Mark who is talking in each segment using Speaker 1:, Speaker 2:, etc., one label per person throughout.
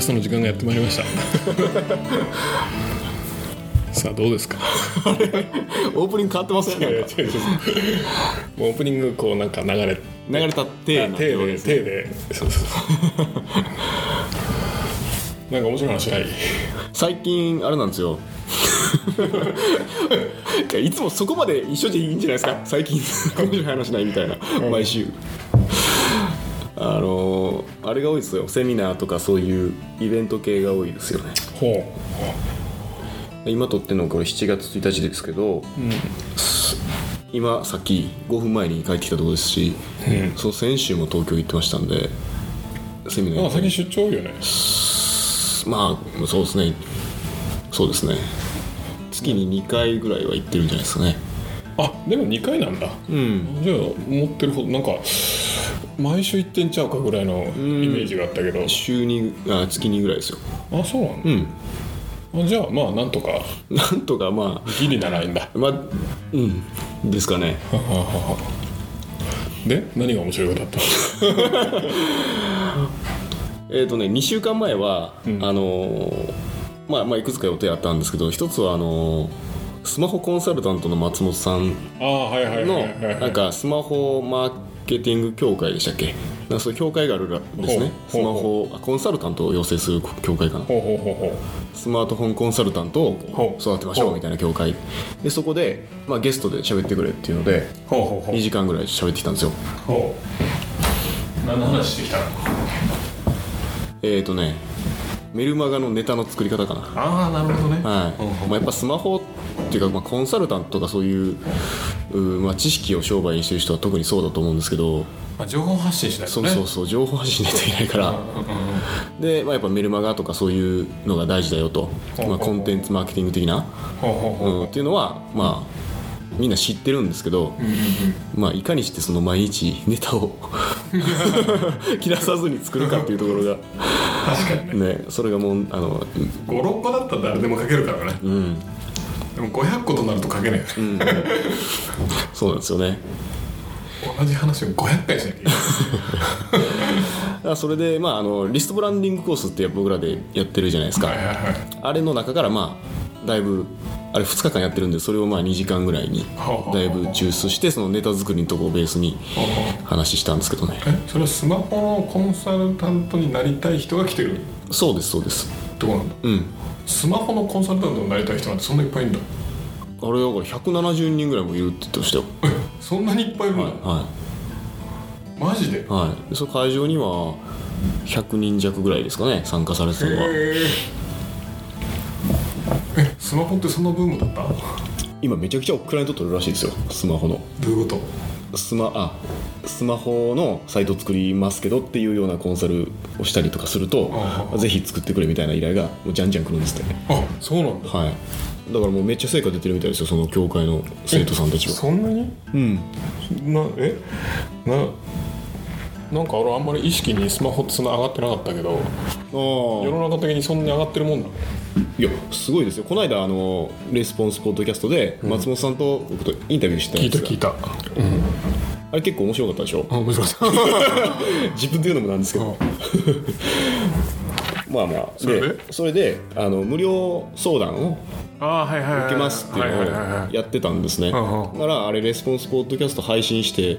Speaker 1: ストの時間がやってまいりました さあどうですか
Speaker 2: オープニング変わってません
Speaker 1: いやいや
Speaker 2: ね
Speaker 1: 違う違うもうオープニングこうなんか流れ
Speaker 2: 流れたって
Speaker 1: 手で手でそうそうそうなんか面白い話ない
Speaker 2: 最近あれなんですよ いやいつもそこまで一緒でいいんじゃないですか最近面白い話ないみたいな毎週あのーあれが多いですよセミナーとかそういうイベント系が多いですよね
Speaker 1: ほ
Speaker 2: 今撮ってるのがこれ7月1日ですけど、今さっき5分前に帰ってきたところですし、そう先週も東京行ってましたんでセミナ
Speaker 1: うな
Speaker 2: ー
Speaker 1: んか
Speaker 2: 行っ
Speaker 1: 最
Speaker 2: て
Speaker 1: 近出張多いよね
Speaker 2: まあそうですねそうですね月に2回ぐらいは行ってるんじゃないですかね
Speaker 1: あでも2回なんだ
Speaker 2: うん
Speaker 1: じゃあ持ってるほどなんか毎週行ってんちゃうかぐらいのイメージがあったけど、
Speaker 2: 週にあ月にぐらいですよ
Speaker 1: あそうなん
Speaker 2: う
Speaker 1: だ、
Speaker 2: ん
Speaker 1: あじゃあまあなんとか
Speaker 2: なんとかま
Speaker 1: ギリならいいんだ
Speaker 2: あまあうんですかね
Speaker 1: で何が面白いことだった
Speaker 2: えっ、とね2週間前は、あのーまあまあいくつか予定あったんですけど一つはあのースマホコンサルタントの松本さん
Speaker 1: あ あはいはいはい
Speaker 2: の
Speaker 1: はいはい
Speaker 2: なんかスマホマーケティング協会でしたっけなんかそういう協会があるらですねス
Speaker 1: ほう
Speaker 2: マ
Speaker 1: ほう
Speaker 2: ホあコンサルタントを養成する協会かな
Speaker 1: ほうほうほうほう
Speaker 2: スマートフォンコンサルタント
Speaker 1: ほ
Speaker 2: を
Speaker 1: う
Speaker 2: 育てましょ
Speaker 1: ほう
Speaker 2: うみたいな協会でそこで、まあ、ゲストで喋ってくれっていうので
Speaker 1: ほうほうほ
Speaker 2: 2時間ぐらい喋ってきたんですよ
Speaker 1: ほう何の話してきたの
Speaker 2: えっ、ー、とねメルマガのネタの作り方かな
Speaker 1: ああなるほどね
Speaker 2: はいまあ、やっぱスマホっていうか、まあ、コンサルタントとかそういううーまあ、知識を商売にしてる人は特にそうだと思うんですけど
Speaker 1: まあ、情報発信しないと
Speaker 2: そう
Speaker 1: ね
Speaker 2: そうそう情報発信しないといけないからで、まあ、やっぱメルマガとかそういうのが大事だよと、まあ、コンテンツマーケティング的な、
Speaker 1: ほうほうほ
Speaker 2: う、
Speaker 1: うん
Speaker 2: っていうのはまあみんな知ってるんですけど、まあ、いかにしてその毎日ネタを 切らさずに作るかっていうところが、
Speaker 1: 確かにね
Speaker 2: ね、それがもうあの、
Speaker 1: 56個だったら誰でも書けるからね
Speaker 2: うん、
Speaker 1: でも500個となると書けないよね、
Speaker 2: そうなんですよね。
Speaker 1: 同じ話を500回しなきゃいけない
Speaker 2: だからそれで、まあ、あのリストブランディングコースって僕らでやってるじゃないですか、
Speaker 1: はいはいはい
Speaker 2: あれの中からまあだいぶあれ2日間やってるんでそれをまあ2時間ぐらいに
Speaker 1: はあ
Speaker 2: だいぶ抽出してそのネタ作りのとこをベースに
Speaker 1: は
Speaker 2: 話したんですけどね
Speaker 1: えそれはスマホのコンサルタントになりたい人が来てる
Speaker 2: そうですそうです
Speaker 1: とこなんだ
Speaker 2: うん
Speaker 1: スマホのコンサルタントになりたい人なんてそんないっぱいいるんだ
Speaker 2: あれだから170人ぐらいもいるって言ってましたよ
Speaker 1: えそんなにいっぱいいるんだ、
Speaker 2: は
Speaker 1: マジでへ
Speaker 2: いはいでその会場には100人弱ぐらいですかね参加されてたのは
Speaker 1: ええスマホってそんなブームだった
Speaker 2: 今めちゃくちゃクライアント取れるらしいですよスマホの
Speaker 1: どういうこ
Speaker 2: スマあスマホのサイト作りますけどっていうようなコンサルをしたりとかすると
Speaker 1: あ
Speaker 2: ぜひ作ってくれみたいな依頼がもうじゃんじゃん来るんですって
Speaker 1: とあそうなんだ
Speaker 2: はいだからもうめっちゃ成果出てるみたいですよその教会の生徒さんたちは
Speaker 1: そんなに
Speaker 2: うん
Speaker 1: なえななんか俺あんまり意識にスマホってそんな上がってなかったけど世
Speaker 2: ああ
Speaker 1: の中的にそんなに上がってるもんだ
Speaker 2: いやすごいですよこの間あのレスポンスポッドキャストで松本さんと僕とインタビューしてたんですが
Speaker 1: た
Speaker 2: あれ結構面白かったでしょ
Speaker 1: あ面白かっ
Speaker 2: 自分で言うのもなんですけ
Speaker 1: た
Speaker 2: ど まあまあ
Speaker 1: それで
Speaker 2: それであの無料相談を
Speaker 1: あーはいはいはい
Speaker 2: 受けますっていうの
Speaker 1: はいはいはいは
Speaker 2: を
Speaker 1: い
Speaker 2: やってたんですねだ
Speaker 1: んうん
Speaker 2: からあれレスポンスポッドキャスト配信して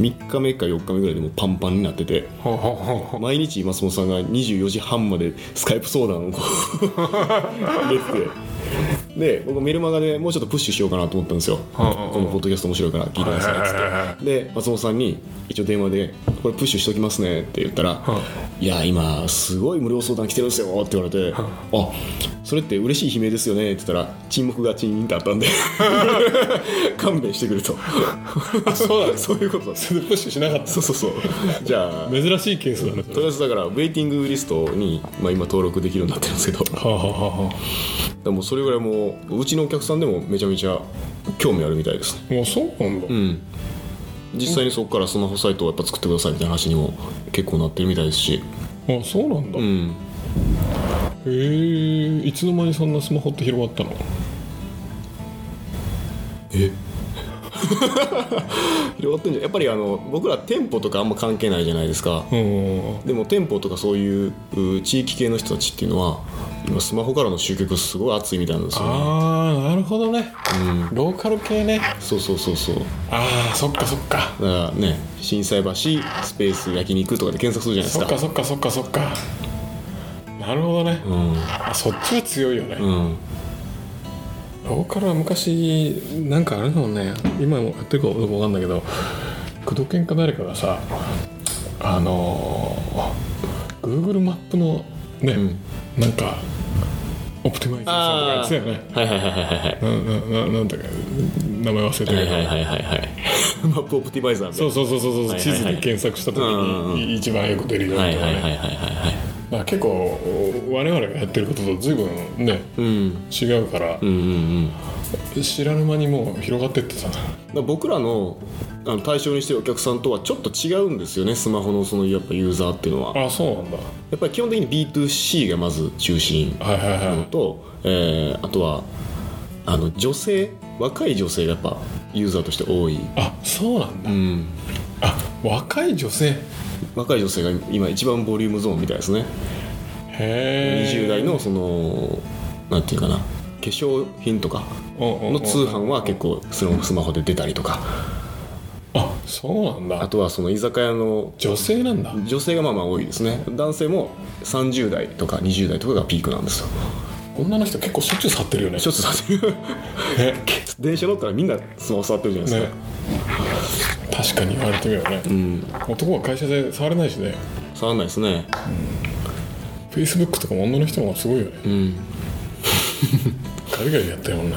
Speaker 2: 3日目か4日目ぐらいでもうパンパンになってて
Speaker 1: ほうほうほうほう
Speaker 2: 毎日松本さんが24時半までスカイプ相談をこう入れててで僕メルマガでもうちょっとプッシュしようかなと思ったんですよこ
Speaker 1: んうんうん
Speaker 2: のポッドキャスト面白いから聞いてくださいっつ
Speaker 1: はいはいはいは
Speaker 2: ってで松本さんに一応電話で「これプッシュしときますね」って言ったら「いや今すごい無料相談来てるんですよ」って言われて「あそれって嬉しい悲鳴ですよね」って言ったら沈黙がチーンってあ ったんで勘弁してくると そうだ、そういうこと だ
Speaker 1: それでプッシュしなかった
Speaker 2: そうそうそうじゃあ
Speaker 1: 珍しいケースだね
Speaker 2: とりあえずだからウェイティングリストに、まあ、今登録できるようになってるんですけどだか
Speaker 1: はあ、はあはあは
Speaker 2: らもうそれぐらいもううちのお客さんでもめちゃめちゃ興味あるみたいですね
Speaker 1: あ、もうそうなんだ、
Speaker 2: うん実際にそこからスマホサイトをやっぱ作ってくださいみたいな話にも結構なってるみたいですし
Speaker 1: あそうなんだ、
Speaker 2: う
Speaker 1: へ
Speaker 2: ん
Speaker 1: えいつの間にそんなスマホって広がったの
Speaker 2: え広がってんじゃんやっぱりあの僕ら店舗とかあんま関係ないじゃないですか
Speaker 1: うん
Speaker 2: でも店舗とかそういうう地域系の人たちっていうのは今スマホからの集客すごい熱いみたいなんですよね
Speaker 1: ああなるほどね、ローカル系ね
Speaker 2: そうそうそうそう
Speaker 1: ああそっかそっか
Speaker 2: だからね心斎橋スペース焼肉とかで検索するじ
Speaker 1: そ
Speaker 2: ゃ
Speaker 1: っ
Speaker 2: ないで
Speaker 1: か
Speaker 2: すか
Speaker 1: そっかそっかそっかなるほどね、あそっちは強いよね、
Speaker 2: うん
Speaker 1: ローカルは昔なんかあれだもんね今もやってるかどうかわかんないけど工藤研か誰かがさあのー、Google マップのね、なんかオプティマイズさんとかやってたよね
Speaker 2: はいはいはいはい はい
Speaker 1: ななななんだか名前忘れてるけど、
Speaker 2: はいはいはいはいはいマップオプティバイザーみた
Speaker 1: そ
Speaker 2: いう
Speaker 1: そうそうそうそう、
Speaker 2: いはいはい
Speaker 1: 地図で検索した時
Speaker 2: うんうん
Speaker 1: に一番よく出るよう
Speaker 2: な
Speaker 1: な
Speaker 2: は
Speaker 1: と
Speaker 2: い
Speaker 1: か
Speaker 2: はいはいはい
Speaker 1: ね
Speaker 2: はいはい
Speaker 1: だから結構我々がやってることと随分ね
Speaker 2: うん
Speaker 1: 違うから
Speaker 2: う、んうんうんだか
Speaker 1: 知らぬ間にもう広がってってさ
Speaker 2: ら僕らのあの対象にしてるお客さんとはちょっと違うんですよねスマホのそのやっぱユーザーっていうのは
Speaker 1: あそうなんだ
Speaker 2: やっぱり基本的に B2C がまず中心
Speaker 1: はいはいはい
Speaker 2: と、えーあとはあの女性若い女性がやっぱユーザーとして多い、
Speaker 1: あそうなんだ
Speaker 2: うん、
Speaker 1: あ若い女性
Speaker 2: 若い女性が今一番ボリュームゾーンみたいですね
Speaker 1: へえ
Speaker 2: 20代のそのなんていうかな化粧品とかの
Speaker 1: の
Speaker 2: 通販は結構そのスマホで出たりとか
Speaker 1: あそうなん
Speaker 2: あ
Speaker 1: だ
Speaker 2: とはその居酒屋の
Speaker 1: 女性なんだ
Speaker 2: 女性がまあまあ多いですね男性も30代とか20代とかがピークなんですよ
Speaker 1: 女の人結構しょっちゅう触ってるよね
Speaker 2: ちょっとさ
Speaker 1: ね
Speaker 2: 電車乗ったらみんなスマホ触ってるじゃないです
Speaker 1: ね
Speaker 2: か、
Speaker 1: 確かに言われてみればね、男は会社で触れないしね
Speaker 2: 触らないですね
Speaker 1: Facebook とかも女の人もすごいよね、
Speaker 2: ん
Speaker 1: 海外でやったよね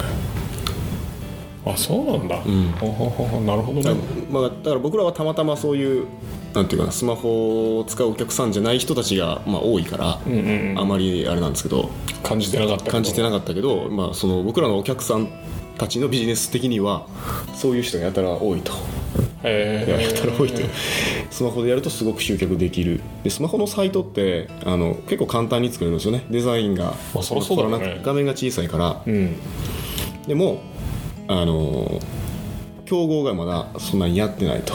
Speaker 1: あそうなんだ、ほほほほなるほどね
Speaker 2: まあ、だから僕らはたまたまそういうなんていうかなスマホを使うお客さんじゃない人たちが、まあ、多いから、あまりあれなんですけど
Speaker 1: 感じてなかったけど
Speaker 2: 感じてなかったけど、まあ、その僕らのお客さんたちのビジネス的にはそういう人がやたら多いと。
Speaker 1: へ
Speaker 2: いや
Speaker 1: え
Speaker 2: やたら多いとスマホでやるとすごく集客できるでスマホのサイトってあの結構簡単に作れるんですよねデザインが、
Speaker 1: まあそりゃそうだよね
Speaker 2: 凝らなく画面が小さいから
Speaker 1: うん
Speaker 2: でもあの競合がまだそんなにやってないと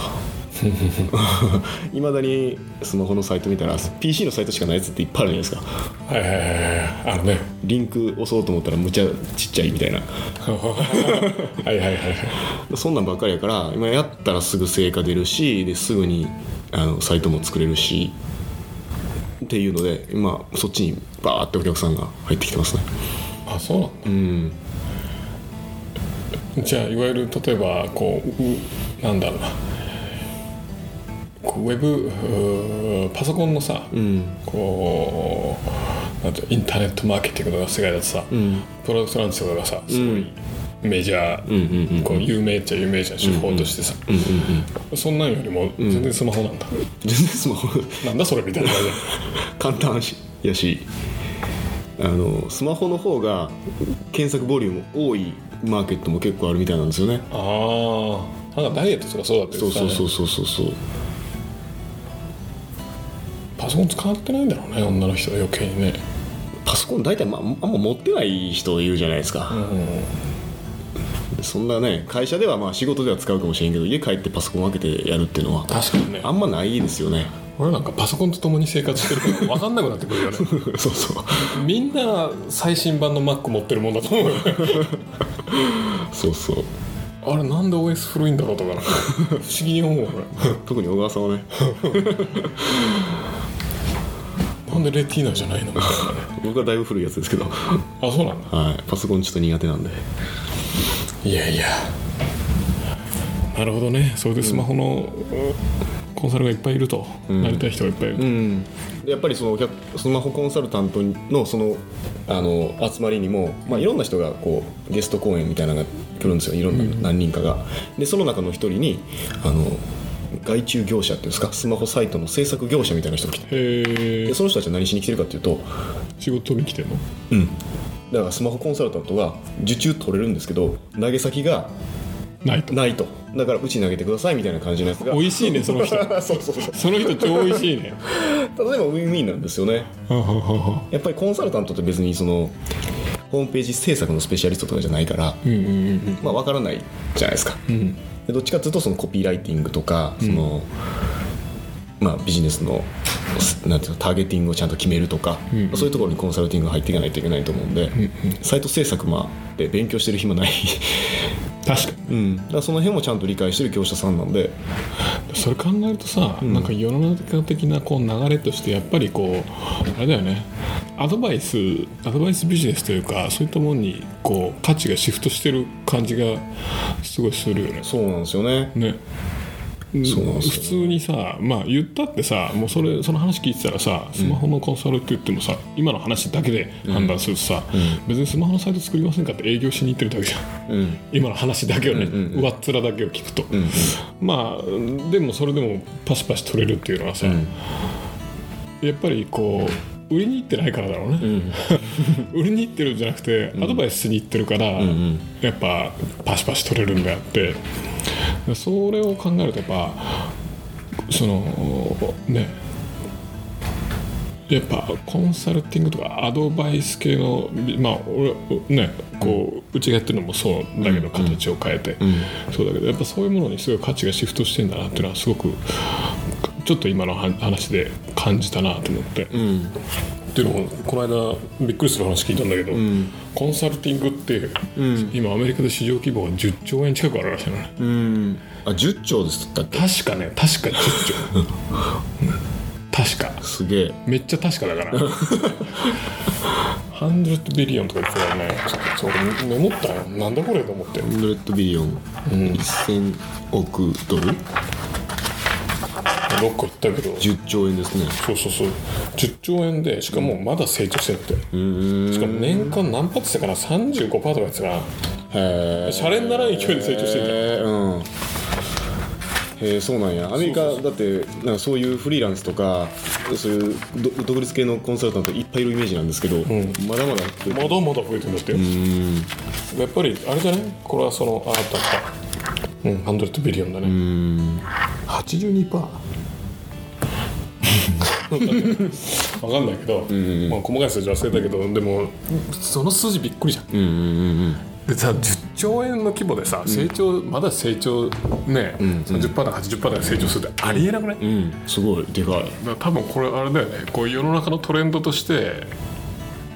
Speaker 2: いまだにスマホのサイト見たら PC のサイトしかないやつっていっぱいあるじゃないですか
Speaker 1: はいはいはいはいあの ね
Speaker 2: リンク押そうと思ったらむちゃちっちゃいみたいな
Speaker 1: はいはいはいはい
Speaker 2: そんなんばっかりやから今やったらすぐ成果出るしですぐにあのサイトも作れるしっていうので今そっちにバーってお客さんが入ってきてますね
Speaker 1: あそうなんだ
Speaker 2: うん
Speaker 1: じゃあいわゆる例えばこううなんだろうなこうウェブうーパソコンのさ、こうなんていうのインターネットマーケティングの世界だとさ、プロダクトランチとかがさすごいメジャー、こう有名っちゃ有名じゃん手法としてさ、そんなんよりも全然スマホなんだ、
Speaker 2: 全然スマホ
Speaker 1: なんだそれみたいな感じ
Speaker 2: 簡単やしあのスマホの方が検索ボリューム多いマーケットも結構あるみたいなんですよね
Speaker 1: ああなんかダイエットとかそうだったけ
Speaker 2: そ
Speaker 1: ど
Speaker 2: う
Speaker 1: さ
Speaker 2: そうそうそうそうそう
Speaker 1: パソコン使ってないんだろうね女の人は余計にね
Speaker 2: パソコン大体、まあ、あんま持ってない人いるじゃないですか、そんなね会社ではまあ仕事では使うかもしれんけど家帰ってパソコン開けてやるっていうのは
Speaker 1: 確かにね
Speaker 2: あんまないですよね
Speaker 1: 俺なんかパソコンと共に生活してるから分かんなくなってくるよ ね
Speaker 2: そうそう
Speaker 1: みんな最新版の Mac 持ってるもんだと思うよね
Speaker 2: そうそう
Speaker 1: あれなんで OS 古いんだろうとかなんか不思議に思うわ
Speaker 2: 特に小川さんはね
Speaker 1: 俺なんでレティーナじゃないのみたいなね
Speaker 2: 僕はだいぶ古いやつですけど、は
Speaker 1: あそうなんだ
Speaker 2: い、パソコンちょっと苦手なんで
Speaker 1: いやいやなるほどねそれでスマホのコンサルがいっぱいいると、なりたい人がいっぱいいる、
Speaker 2: うんやっぱりそのお客スマホコンサルタントのそのあの集まりにも、まあ、いろんな人がこうゲスト公演みたいなのが来るんですよいろんな何人かが。でその中の一人にあの外注業者っていうんですかスマホサイトの制作業者みたいな人が来て
Speaker 1: へ
Speaker 2: で
Speaker 1: え
Speaker 2: その人たちは何しに来てるかっていうと
Speaker 1: 仕事に来てんの
Speaker 2: だからスマホコンサルタントが受注取れるんですけど投げ先が
Speaker 1: ないと
Speaker 2: ないとだからうちに投げてくださいみたいな感じのやつが
Speaker 1: 美味しいねその人
Speaker 2: そうそうそう
Speaker 1: その人超美味しいね
Speaker 2: 例えばウィンウィンなんですよね
Speaker 1: はははは
Speaker 2: やっぱりコンサルタントって別にそのホームページ制作のスペシャリストとかじゃないから、
Speaker 1: うんうんうん
Speaker 2: まあ、分からないじゃないですか
Speaker 1: うんうん
Speaker 2: でどっちかというとそのコピーライティングとかその、まあ、ビジネスのすなんていうのターゲティングをちゃんと決めるとか、
Speaker 1: うん
Speaker 2: そういうところにコンサルティングが入っていかないといけないと思うんで、
Speaker 1: うんうん
Speaker 2: サイト制作まで勉強してる暇 ない、
Speaker 1: 確かに
Speaker 2: うん、だからその辺もちゃんと理解してる業者さんなんで
Speaker 1: それ考えるとさ、なんか世の中的なこう流れとしてやっぱりこうあれだよねアドバイスアドバイスビジネスというかそういったものにこう価値がシフトしてる感じがすごいするよね。
Speaker 2: そうなんですよね
Speaker 1: ね
Speaker 2: そうなんですよ
Speaker 1: 普通にさまあ言ったってさもうそれその話聞いてたらさスマホのコンサルって言ってもさ、今の話だけで判断するとさ、別にスマホのサイト作りませんかって営業しに行ってるだけじゃん
Speaker 2: うん
Speaker 1: 今の話だけをね、
Speaker 2: うんうんうん
Speaker 1: 上っ面だけを聞くと、
Speaker 2: んうん
Speaker 1: まあでもそれでもパシパシ取れるっていうのはさ、
Speaker 2: うん
Speaker 1: やっぱりこう売りに行ってないからだろうね、
Speaker 2: ん
Speaker 1: 売りに行ってるんじゃなくてアドバイスしに行ってるから、
Speaker 2: んうん
Speaker 1: やっぱパシパシ取れるんであってそれを考えるとやっぱそのねやっぱコンサルティングとかアドバイス系のまあ俺ねこううちがやってるのもそうだけど形を変えて、そうだけどやっぱそういうものにすごい価値がシフトしてんだなっていうのはすごくちょっと今のは話で感じたなと思って、
Speaker 2: うん
Speaker 1: っていうのもこの間びっくりする話聞いたんだけど、コンサルティングって、今アメリカで市場規模が10兆円近くあるらしいのね
Speaker 2: うんあ10兆ですだっけ
Speaker 1: 確かね確か10兆 うん確か
Speaker 2: すげえ
Speaker 1: めっちゃ確かだから ハンドルビリオンとか言ってたからねそう俺メモったよなんだこれと思って
Speaker 2: ブレッドビリオン、1000億ドル
Speaker 1: 6個言ったけど
Speaker 2: 10兆円ですね
Speaker 1: そうそうそう10兆円でしかもまだ成長してるってしかも年間何パーってたかな35%とかやってたか
Speaker 2: へ
Speaker 1: なシャレにならない勢いで成長してるんだよ
Speaker 2: えうんへえそうなんやアメリカだってなんかそういうフリーランスとかそういうど独立系のコンサルタントいっぱいいるイメージなんですけど、まだまだ
Speaker 1: まだまだ増えてるんだってよやっぱりあれだねこれはそのああったあったうんハンドレッドビリオンだね82%パーわかんないけど、まあ、細かい数字忘れたけどでもその数字びっくりじゃん,、でさ10兆円の規模でさ成長、まだ成長ね、30%だ80%だ成長するってありえなくない、
Speaker 2: うんすごいでかい
Speaker 1: だから多分これあれだよねこう世の中のトレンドとして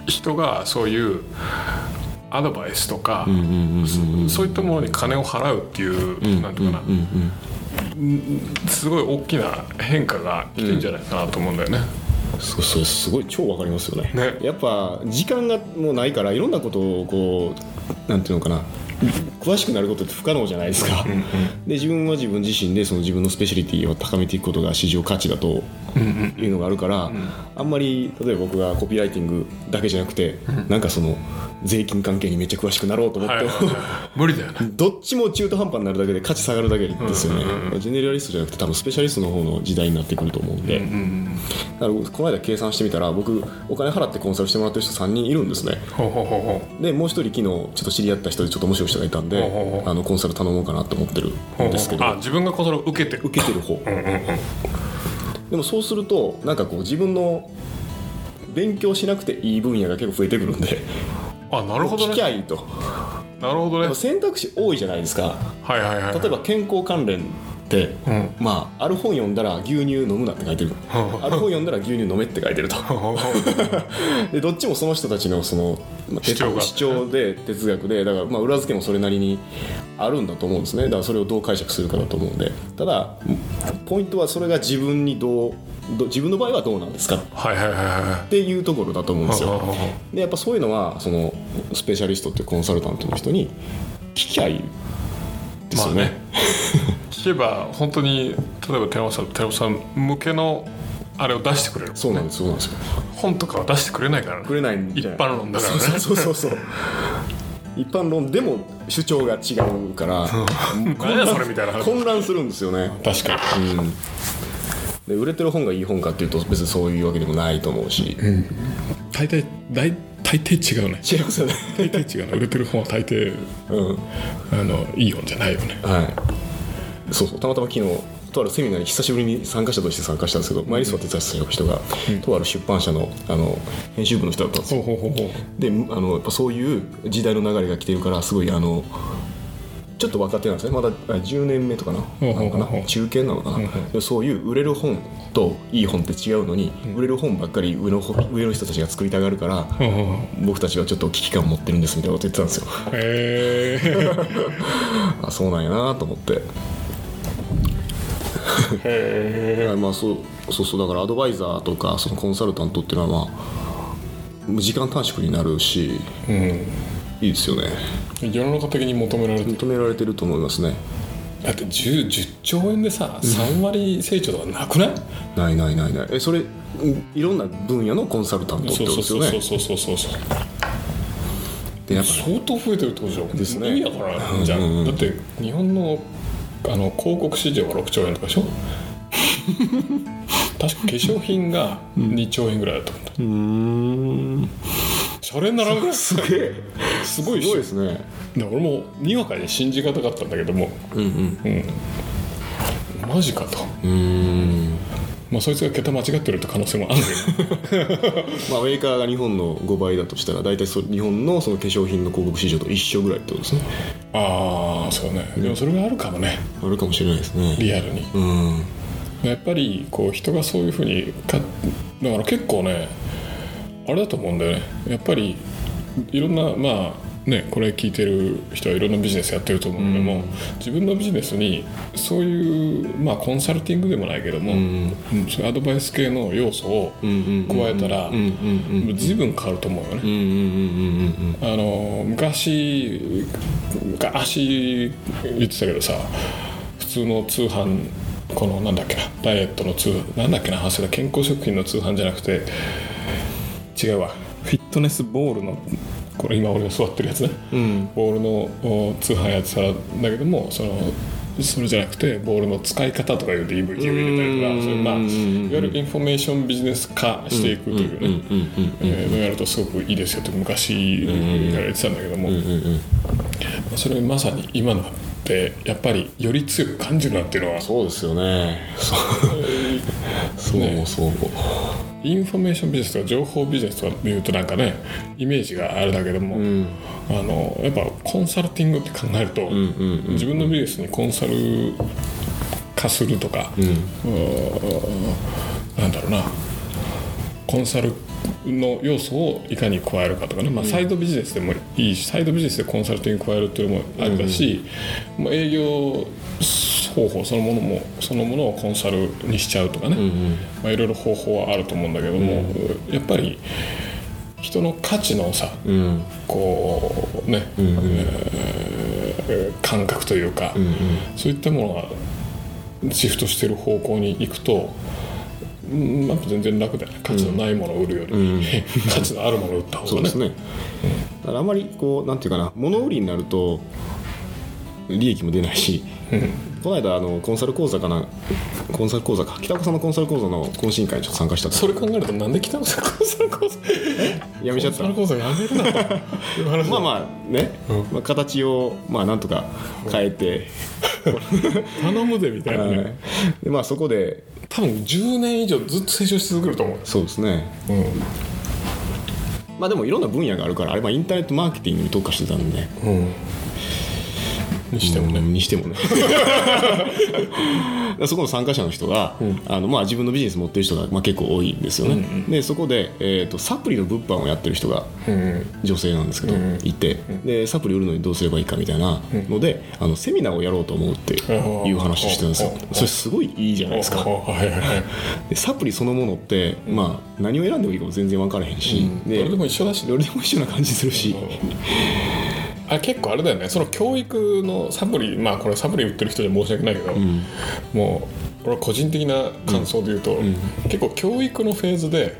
Speaker 1: 人がそういうアドバイスとかそそういったものに金を払うっていうなんていうかなうんすごい大きな変化が来てんじゃないかなと思うんだよね。
Speaker 2: そうそうすごい超わかりますよね
Speaker 1: ね
Speaker 2: やっぱ時間がもうないからいろんなことをこうなんていうのかな詳しくなることって不可能じゃないですかで自分は自分自身でその自分のスペシャリティを高めていくことが市場価値だというのがあるから、あんまり例えば僕がコピーライティングだけじゃなくて、なんかその税金関係にめっちゃ詳しくなろうと思って
Speaker 1: はい
Speaker 2: も、
Speaker 1: 無理だよね。
Speaker 2: どっちも中途半端になるだけで価値下がるだけですよね、ジェネラリストじゃなくて多分スペシャリストの方の時代になってくると思うんで、だからこの間計算してみたら僕お金払ってコンサルしてもらってる人3人いるんですね
Speaker 1: ほうほうほうほ
Speaker 2: でもう一人昨日ちょっと知り合った人でちょっと面白い人がいたん
Speaker 1: ほうほう
Speaker 2: で
Speaker 1: ほう
Speaker 2: あのコンサル頼もうかなと思ってる
Speaker 1: うほうん
Speaker 2: ですけど
Speaker 1: あ自分がこそれを受けて
Speaker 2: 受けてる方でもそうするとなんかこう自分の勉強しなくていい分野が結構増えてくるんで
Speaker 1: あなるほど
Speaker 2: 聞き
Speaker 1: ね
Speaker 2: ゃいいと
Speaker 1: なるほど
Speaker 2: やっ
Speaker 1: ね
Speaker 2: ぱ選択肢多いじゃないですか
Speaker 1: はいはいはい
Speaker 2: 例えば健康関連って、
Speaker 1: うん
Speaker 2: まあある本読んだら牛乳飲むなって書いてるある本読んだら牛乳飲めって書いてる と
Speaker 1: ほうほうほう
Speaker 2: でどっちもその人たちのその、まあ
Speaker 1: 主張が
Speaker 2: 哲主張で哲学でだからまあ裏付けもそれなりにあるんだと思うんですねだからそれをどう解釈するかだと思うんでただポイントはそれが自分にどうど自分の場合はどうなんですかっ
Speaker 1: はいはいはいは
Speaker 2: ていうところだと思うんです
Speaker 1: いほう
Speaker 2: よ
Speaker 1: ほうほう
Speaker 2: でやっぱそういうのはそのスペシャリストっていうコンサルタントの人に聞きゃいいですよね,、
Speaker 1: まあね聞けば本当に例えば寺本さん寺本さん向けのあれを出してくれる
Speaker 2: そうなんですそうなんですよ
Speaker 1: 本とかは出してくれないからね
Speaker 2: くれないん
Speaker 1: 一
Speaker 2: じゃ
Speaker 1: 般論だからね
Speaker 2: そうそうそうそうそう一般論でも主張が違うから
Speaker 1: 何やそれみたいな話
Speaker 2: 混乱するんですよね
Speaker 1: 確かに
Speaker 2: で売れてる本がいい本かっていうと別にそういうわけでもないと思うし、
Speaker 1: 大体大大抵違うね
Speaker 2: 違いますよね
Speaker 1: 大抵違うね売れてる本は大抵
Speaker 2: うん
Speaker 1: あのいい本じゃないよね
Speaker 2: はいそうそうたまたま昨日とあるセミナーに久しぶりに参加者として参加したんですけど、前に座ってた人が、とある出版社のあの編集部の人だったんです
Speaker 1: ほ
Speaker 2: よ
Speaker 1: うほうほうほう
Speaker 2: であのやっぱそういう時代の流れが来てるからすごいあのちょっと若手なんですねまだあ10年目とかな
Speaker 1: うん
Speaker 2: なのか
Speaker 1: うんうん
Speaker 2: な中堅なのかなでそういう売れる本といい本って違うのに売れる本ばっかり上の方上の人たちが作りたがるから
Speaker 1: うんうんうん
Speaker 2: 僕たちはちょっと危機感を持ってるんですみたいなこと言ってたんですよ
Speaker 1: へえ
Speaker 2: あそうなんやなと思って
Speaker 1: へ
Speaker 2: いやまあそうそうそうだからアドバイザーとかそのコンサルタントっていうのはまあ時間短縮になるし
Speaker 1: え
Speaker 2: いいですよね
Speaker 1: うん世の中的に求められてる
Speaker 2: 認められてると思いますね
Speaker 1: だって 10, 10兆円でさ3割成長とかなくない、
Speaker 2: ないないないないえそれうんいろんな分野のコンサルタントって
Speaker 1: そう
Speaker 2: こと
Speaker 1: そ
Speaker 2: で
Speaker 1: う
Speaker 2: す
Speaker 1: そうそ
Speaker 2: よね
Speaker 1: うそうそうそう
Speaker 2: でやっぱ
Speaker 1: 相当増えてるってことじゃん
Speaker 2: ですね
Speaker 1: 意味わからんじゃん,、だって日本のあの広告市場が6兆円とかでし ょ確か化粧品が2兆円ぐらいだと思った
Speaker 2: うーん
Speaker 1: シャレにならんぐらいす
Speaker 2: すげえ
Speaker 1: ごいっし
Speaker 2: すごい
Speaker 1: ょ
Speaker 2: ですね
Speaker 1: だから俺もにわかに信じがたかったんだけども
Speaker 2: うんうん
Speaker 1: マジかと、
Speaker 2: うーん
Speaker 1: まあ、そいつが桁間違ってるって可能性もある けど
Speaker 2: まあメーカーが日本の5倍だとしたら大体そう日本のその化粧品の広告市場と一緒ぐらいってことですね
Speaker 1: ああそうねでもそれがあるかもね
Speaker 2: あるかもしれないですね
Speaker 1: リアルに
Speaker 2: うん
Speaker 1: やっぱりこう人がそういうふうにかだから結構ねあれだと思うんだよねやっぱりいろんなまあねこれ聞いてる人はいろんなビジネスやってると思うけども、自分のビジネスにそういうまあコンサルティングでもないけども、うんそういうアドバイス系の要素を加えたら随分変わると思うよね。
Speaker 2: うんうんうんうんうんうん
Speaker 1: あの昔昔言ってたけどさ普通の通販このなんだっけなダイエットの通販なんだっけな忘れた健康食品の通販じゃなくて違うわフィットネスボールのこれ今俺が座ってるやつね、ボールのお通販やってたんだけどもそのそれじゃなくてボールの使い方とかいう DVD を入れたりとかそういうまあいわゆるインフォメーションビジネス化していくというね、えー、やるとすごくいいですよって昔から言ってたんだけども、それまさに今のってやっぱりより強く感じるなっていうのは
Speaker 2: そうですよねそうそう思うそう思う
Speaker 1: インフォメーションビジネスとか情報ビジネスとかでいうとなんかねイメージがあれだけども、あのやっぱコンサルティングって考えると、自分のビジネスにコンサル化するとか、うんなんだろうなコンサルの要素をいかに加えるかとかね、まあ、サイドビジネスでもいいしサイドビジネスでコンサルティング加えるっていうのもありだし、まあ営業方法そのものもそのものをコンサルにしちゃうとかね、まあ、いろいろ方法はあると思うんだけども、やっぱり人の価値のさ、
Speaker 2: うん
Speaker 1: こうね、えー感覚というか、そういったものがシフトしてる方向に行くと、うん、やっぱ全然楽だよね価値のないものを売るより、 価値のあるものを売った方
Speaker 2: そ
Speaker 1: が
Speaker 2: う
Speaker 1: ね
Speaker 2: ですねだからあまりこうなんていうかな物売りになると利益も出ないしこの間あのコンサル講座かなコンサル講座か北岡さんのコンサル講座の懇親会にちょっと参加したんです
Speaker 1: それ考えるとなんで 北野さんコンサル講座
Speaker 2: やめちゃっ
Speaker 1: コン
Speaker 2: た
Speaker 1: サル講座やめるな と
Speaker 2: まあまあね、まあ、形をまあなんとか変えて、
Speaker 1: 頼むぜみたいなね、
Speaker 2: はいでまあそこで
Speaker 1: 多分10年以上ずっと成長し続けると思う
Speaker 2: そうですねまあでもいろんな分野があるからあれはインターネットマーケティングに特化してたんで
Speaker 1: にしてもね、
Speaker 2: にしても ねそこの参加者の人が、あのまあ、自分のビジネス持ってる人が、まあ、結構多いんですよね、でそこで、えー、とサプリの物販をやってる人が女性なんですけど、いてでサプリ売るのにどうすればいいかみたいなので、あのセミナーをやろうと思うっていう話をしてたんですよ
Speaker 1: うん
Speaker 2: それすごいいいじゃないですか
Speaker 1: おおはいはいはい
Speaker 2: でサプリそのものって、まあ、何を選んでもいいかも全然分からへんし、
Speaker 1: どれでも一緒だし
Speaker 2: どれでも一緒な感じするし、
Speaker 1: あ結構あれだよねその教育のサプリまあこれサプリ売ってる人じゃ申し訳ないけど、もう俺個人的な感想で言うと、結構教育のフェーズで、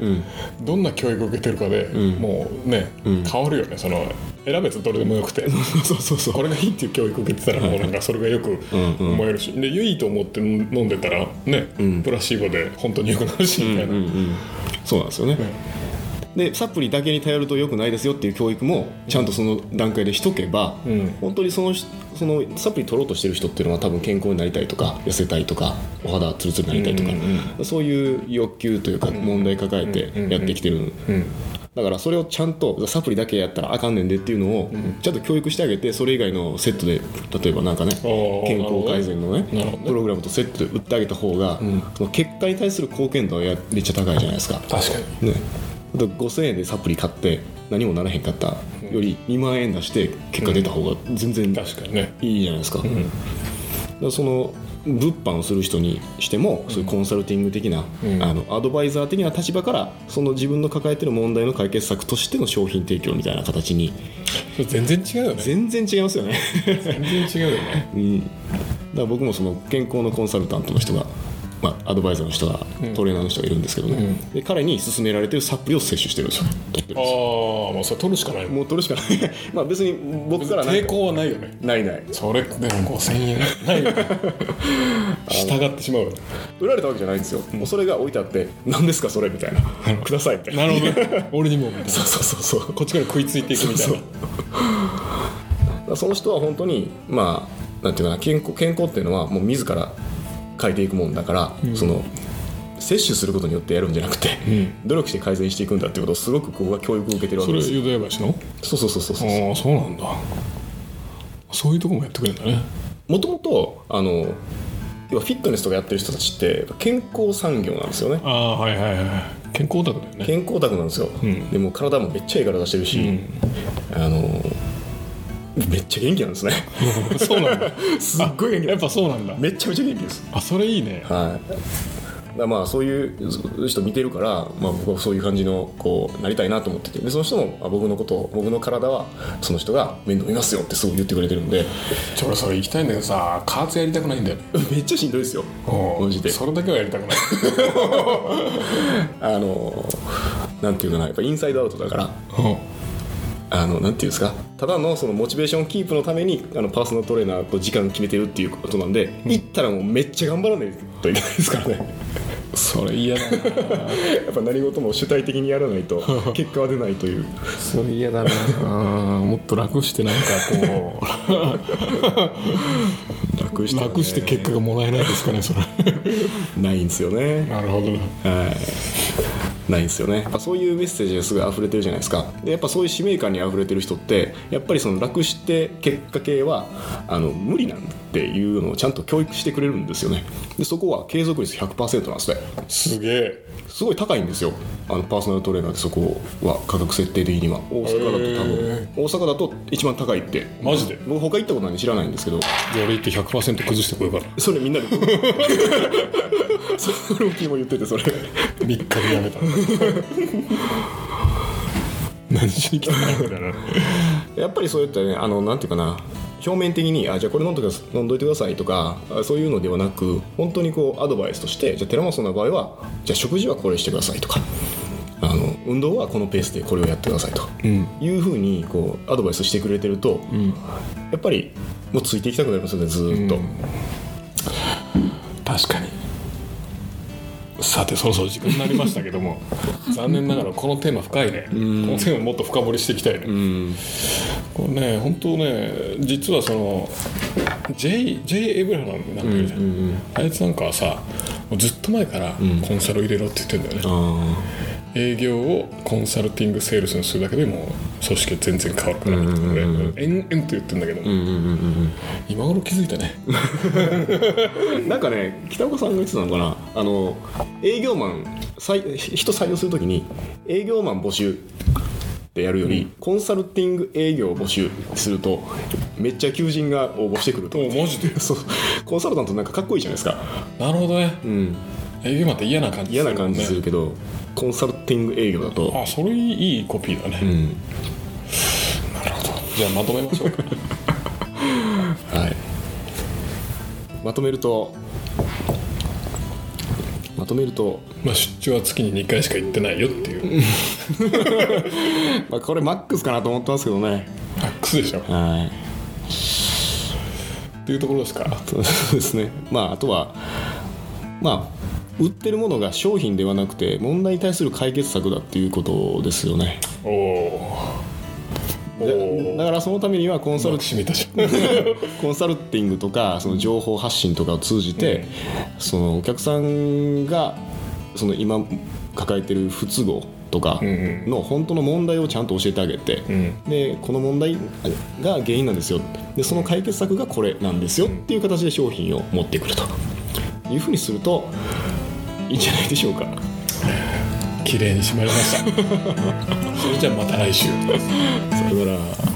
Speaker 1: どんな教育を受けてるかで、もうね、変わるよねその選べずどれでもよくて
Speaker 2: そうそうそう
Speaker 1: これがいいっていう教育を受けてたらもうなんかそれがよく思えるし、で良いと思って飲んでたらね、プラシーボで本当に良くなるしみたいな、
Speaker 2: そうなんですよね、でサプリだけに頼ると良くないですよっていう教育もちゃんとその段階でしとけば、
Speaker 1: うん
Speaker 2: 本当にその人そのサプリ取ろうとしてる人っていうのは多分健康になりたいとか痩せたいとかお肌ツルツルになりたいとか、そういう欲求というか問題抱えてやってきてる、
Speaker 1: うん
Speaker 2: だからそれをちゃんとサプリだけやったらあかんねんでっていうのをちゃんと教育してあげてそれ以外のセットで例えばなんかね
Speaker 1: ー
Speaker 2: 健康改善のね
Speaker 1: なるほどね
Speaker 2: プログラムとセットで打ってあげた方が、その結果に対する貢献度はやめっちゃ高いじゃないですか。
Speaker 1: 確かに
Speaker 2: ね、あと5000円でサプリ買って何もならへんかったより2万円出して結果出た方が全然
Speaker 1: 確かにね
Speaker 2: いいじゃないですか,、だからその物販をする人にしてもそういうコンサルティング的な、
Speaker 1: うん
Speaker 2: あのアドバイザー的な立場からその自分の抱えてる問題の解決策としての商品提供みたいな形に
Speaker 1: それ全然違うよね
Speaker 2: 全然違いますよ ね、
Speaker 1: 全然違うよね
Speaker 2: うん、だから僕もその健康のコンサルタントの人が、まあ、アドバイザーの人がトレーナーの人がいるんですけどね、で彼に勧められてるサプリを摂取してるんですよ取ってるんですよ
Speaker 1: ああもうそれ取るしかないもん
Speaker 2: もう取るしかないまあ別に僕からなん
Speaker 1: 抵
Speaker 2: か
Speaker 1: 抗はないよね
Speaker 2: ないない
Speaker 1: それでも5000円ないよね 従ってしまうよね
Speaker 2: 売られたわけじゃないんですよ、もうそれが置いてあって「何ですかそれ」みたいな「ください」みたいな
Speaker 1: なるほどね俺にもみたいな
Speaker 2: そうそうそうそう
Speaker 1: こっちから食いついていくみたい
Speaker 2: そう
Speaker 1: な
Speaker 2: そうだからその人は本当にまあなんていうかな健康健康っていうのはもう自ら変えていくもんだから、その摂取することによってやるんじゃなくて、努力して改善していくんだっていうことをすごくここが教育を受けてるわ
Speaker 1: そ
Speaker 2: け
Speaker 1: れ
Speaker 2: ですよ
Speaker 1: 淀屋橋の
Speaker 2: そうそうそうそうそう
Speaker 1: ああそうなんだそういうとこもやってくれるんだね
Speaker 2: もともとあの要はフィットネスとかやってる人たちって健康産業なんですよね
Speaker 1: ああはいはいはい健康だったよね
Speaker 2: 健康オタクなんですよ、
Speaker 1: ん
Speaker 2: でもう体もめっちゃいい体してるし、あのめっちゃ元気なんですね
Speaker 1: そうなんだ
Speaker 2: すっごい元気な
Speaker 1: や
Speaker 2: ん
Speaker 1: っ
Speaker 2: です
Speaker 1: ぱそうなんだ
Speaker 2: めっちゃめちゃ元気です
Speaker 1: あそれいいね
Speaker 2: はいだからまあそういう人見てるから、まあ、僕はそういう感じのこうなりたいなと思っててでその人もあ僕のことを僕の体はその人が面倒見ますよってすごい言ってくれてるんで
Speaker 1: ちょ俺それ行きたいんだけどさ加圧やりたくないんだよね
Speaker 2: めっちゃしんどいですよマジで
Speaker 1: それだけはやりたく ない
Speaker 2: あのなんていうかなやっぱインサイドアウトだからあのなんていうんですかただのそのモチベーションキープのためにあのパーソナルトレーナーと時間決めてるっていうことなんで、行ったらもうめっちゃ頑張らないといけないですからね
Speaker 1: それ嫌だな
Speaker 2: やっぱ何事も主体的にやらない と結果は出ないという
Speaker 1: それ嫌だなもっと楽してなんかこ
Speaker 2: 楽し
Speaker 1: う
Speaker 2: て,、
Speaker 1: 楽して結果がもらえないですかねそれ
Speaker 2: ないんですよね
Speaker 1: なるほど
Speaker 2: ないんですよねやっぱそういうメッセージがすごい溢れてるじゃないですかでやっぱそういう使命感に溢れてる人ってやっぱりその楽して結果系はあの無理なんていうのをちゃんと教育してくれるんですよねでそこは継続率100%なんですね
Speaker 1: すげえ
Speaker 2: すごい高いんですよあのパーソナルトレーナーってそこは価格設定的には大阪だと多分、
Speaker 1: へ
Speaker 2: 大阪だと一番高いって
Speaker 1: マジで
Speaker 2: 僕他行ったことないんで知らないんですけど
Speaker 1: やりって100%崩してこようから
Speaker 2: それみんなで それを君も言っててそれ
Speaker 1: 3日でや めた何しに来たのみたいな
Speaker 2: やっぱりそういったねあのなんていうかな表面的にあじゃあこれ飲んどいてくだ飲んどいてくださいとかあそういうのではなく本当にこうアドバイスとしてじゃあ寺本さんの場合はじゃあ食事はこれしてくださいとかあの運動はこのペースでこれをやってくださいと、いうふうにこうアドバイスしてくれてると、やっぱりもうついていきたくなりますよねずーっと、
Speaker 1: 確かにさてそろそろ時間になりましたけど も残念ながらこのテーマ深いねこのテーマもっと深掘りしていきたいねこれね本当ね実はその J, J エブラハムなんかいるじゃんあいつなんかはさもうずっと前からコンサルを入れろって言ってんだよね、
Speaker 2: あ
Speaker 1: 営業をコンサルティングセールスにするだけでもう組織全然変わるからって俺延々と言ってんだけども、今頃気づいたね
Speaker 2: ーなんかね北岡さんが言ってたのかなあの営業マン採人採用するときに営業マン募集ってやるより、コンサルティング営業を募集するとめっちゃ求人が応募してくると
Speaker 1: おマジで
Speaker 2: そうコンサルタントなんかかっこいいじゃないですか、
Speaker 1: なるほどね、
Speaker 2: うん、
Speaker 1: 営業マンって嫌な感じ
Speaker 2: 嫌な感じ
Speaker 1: ね
Speaker 2: するけど、コンサルティング営業だと
Speaker 1: あそれいいコピーだね、
Speaker 2: ん
Speaker 1: なるほどじゃあまとめましょうか
Speaker 2: はい、まとめるとまとめると、
Speaker 1: まあ出張は月に2回しか行ってないよっていう
Speaker 2: まあ、これマックスかなと思ってますけどね
Speaker 1: マックスでしょっ
Speaker 2: はい
Speaker 1: ていうところですか
Speaker 2: そうですねまああとはまあ売ってるものが商品ではなくて問題に対する解決策だっていうことですよね
Speaker 1: おおお
Speaker 2: だ
Speaker 1: お
Speaker 2: だからそのためにはコンサル
Speaker 1: しみたし
Speaker 2: コンサルティングとかその情報発信とかを通じて、そのお客さんがその今抱えてる不都合とか
Speaker 1: うんうん
Speaker 2: の本当の問題をちゃんと教えてあげて、
Speaker 1: うん
Speaker 2: でこの問題が原因なんですよでその解決策がこれなんですよっていう形で商品を持ってくるというふうにするといいんじゃないでしょうか
Speaker 1: 綺麗に締まりましたそれじゃあまた来週
Speaker 2: さようなら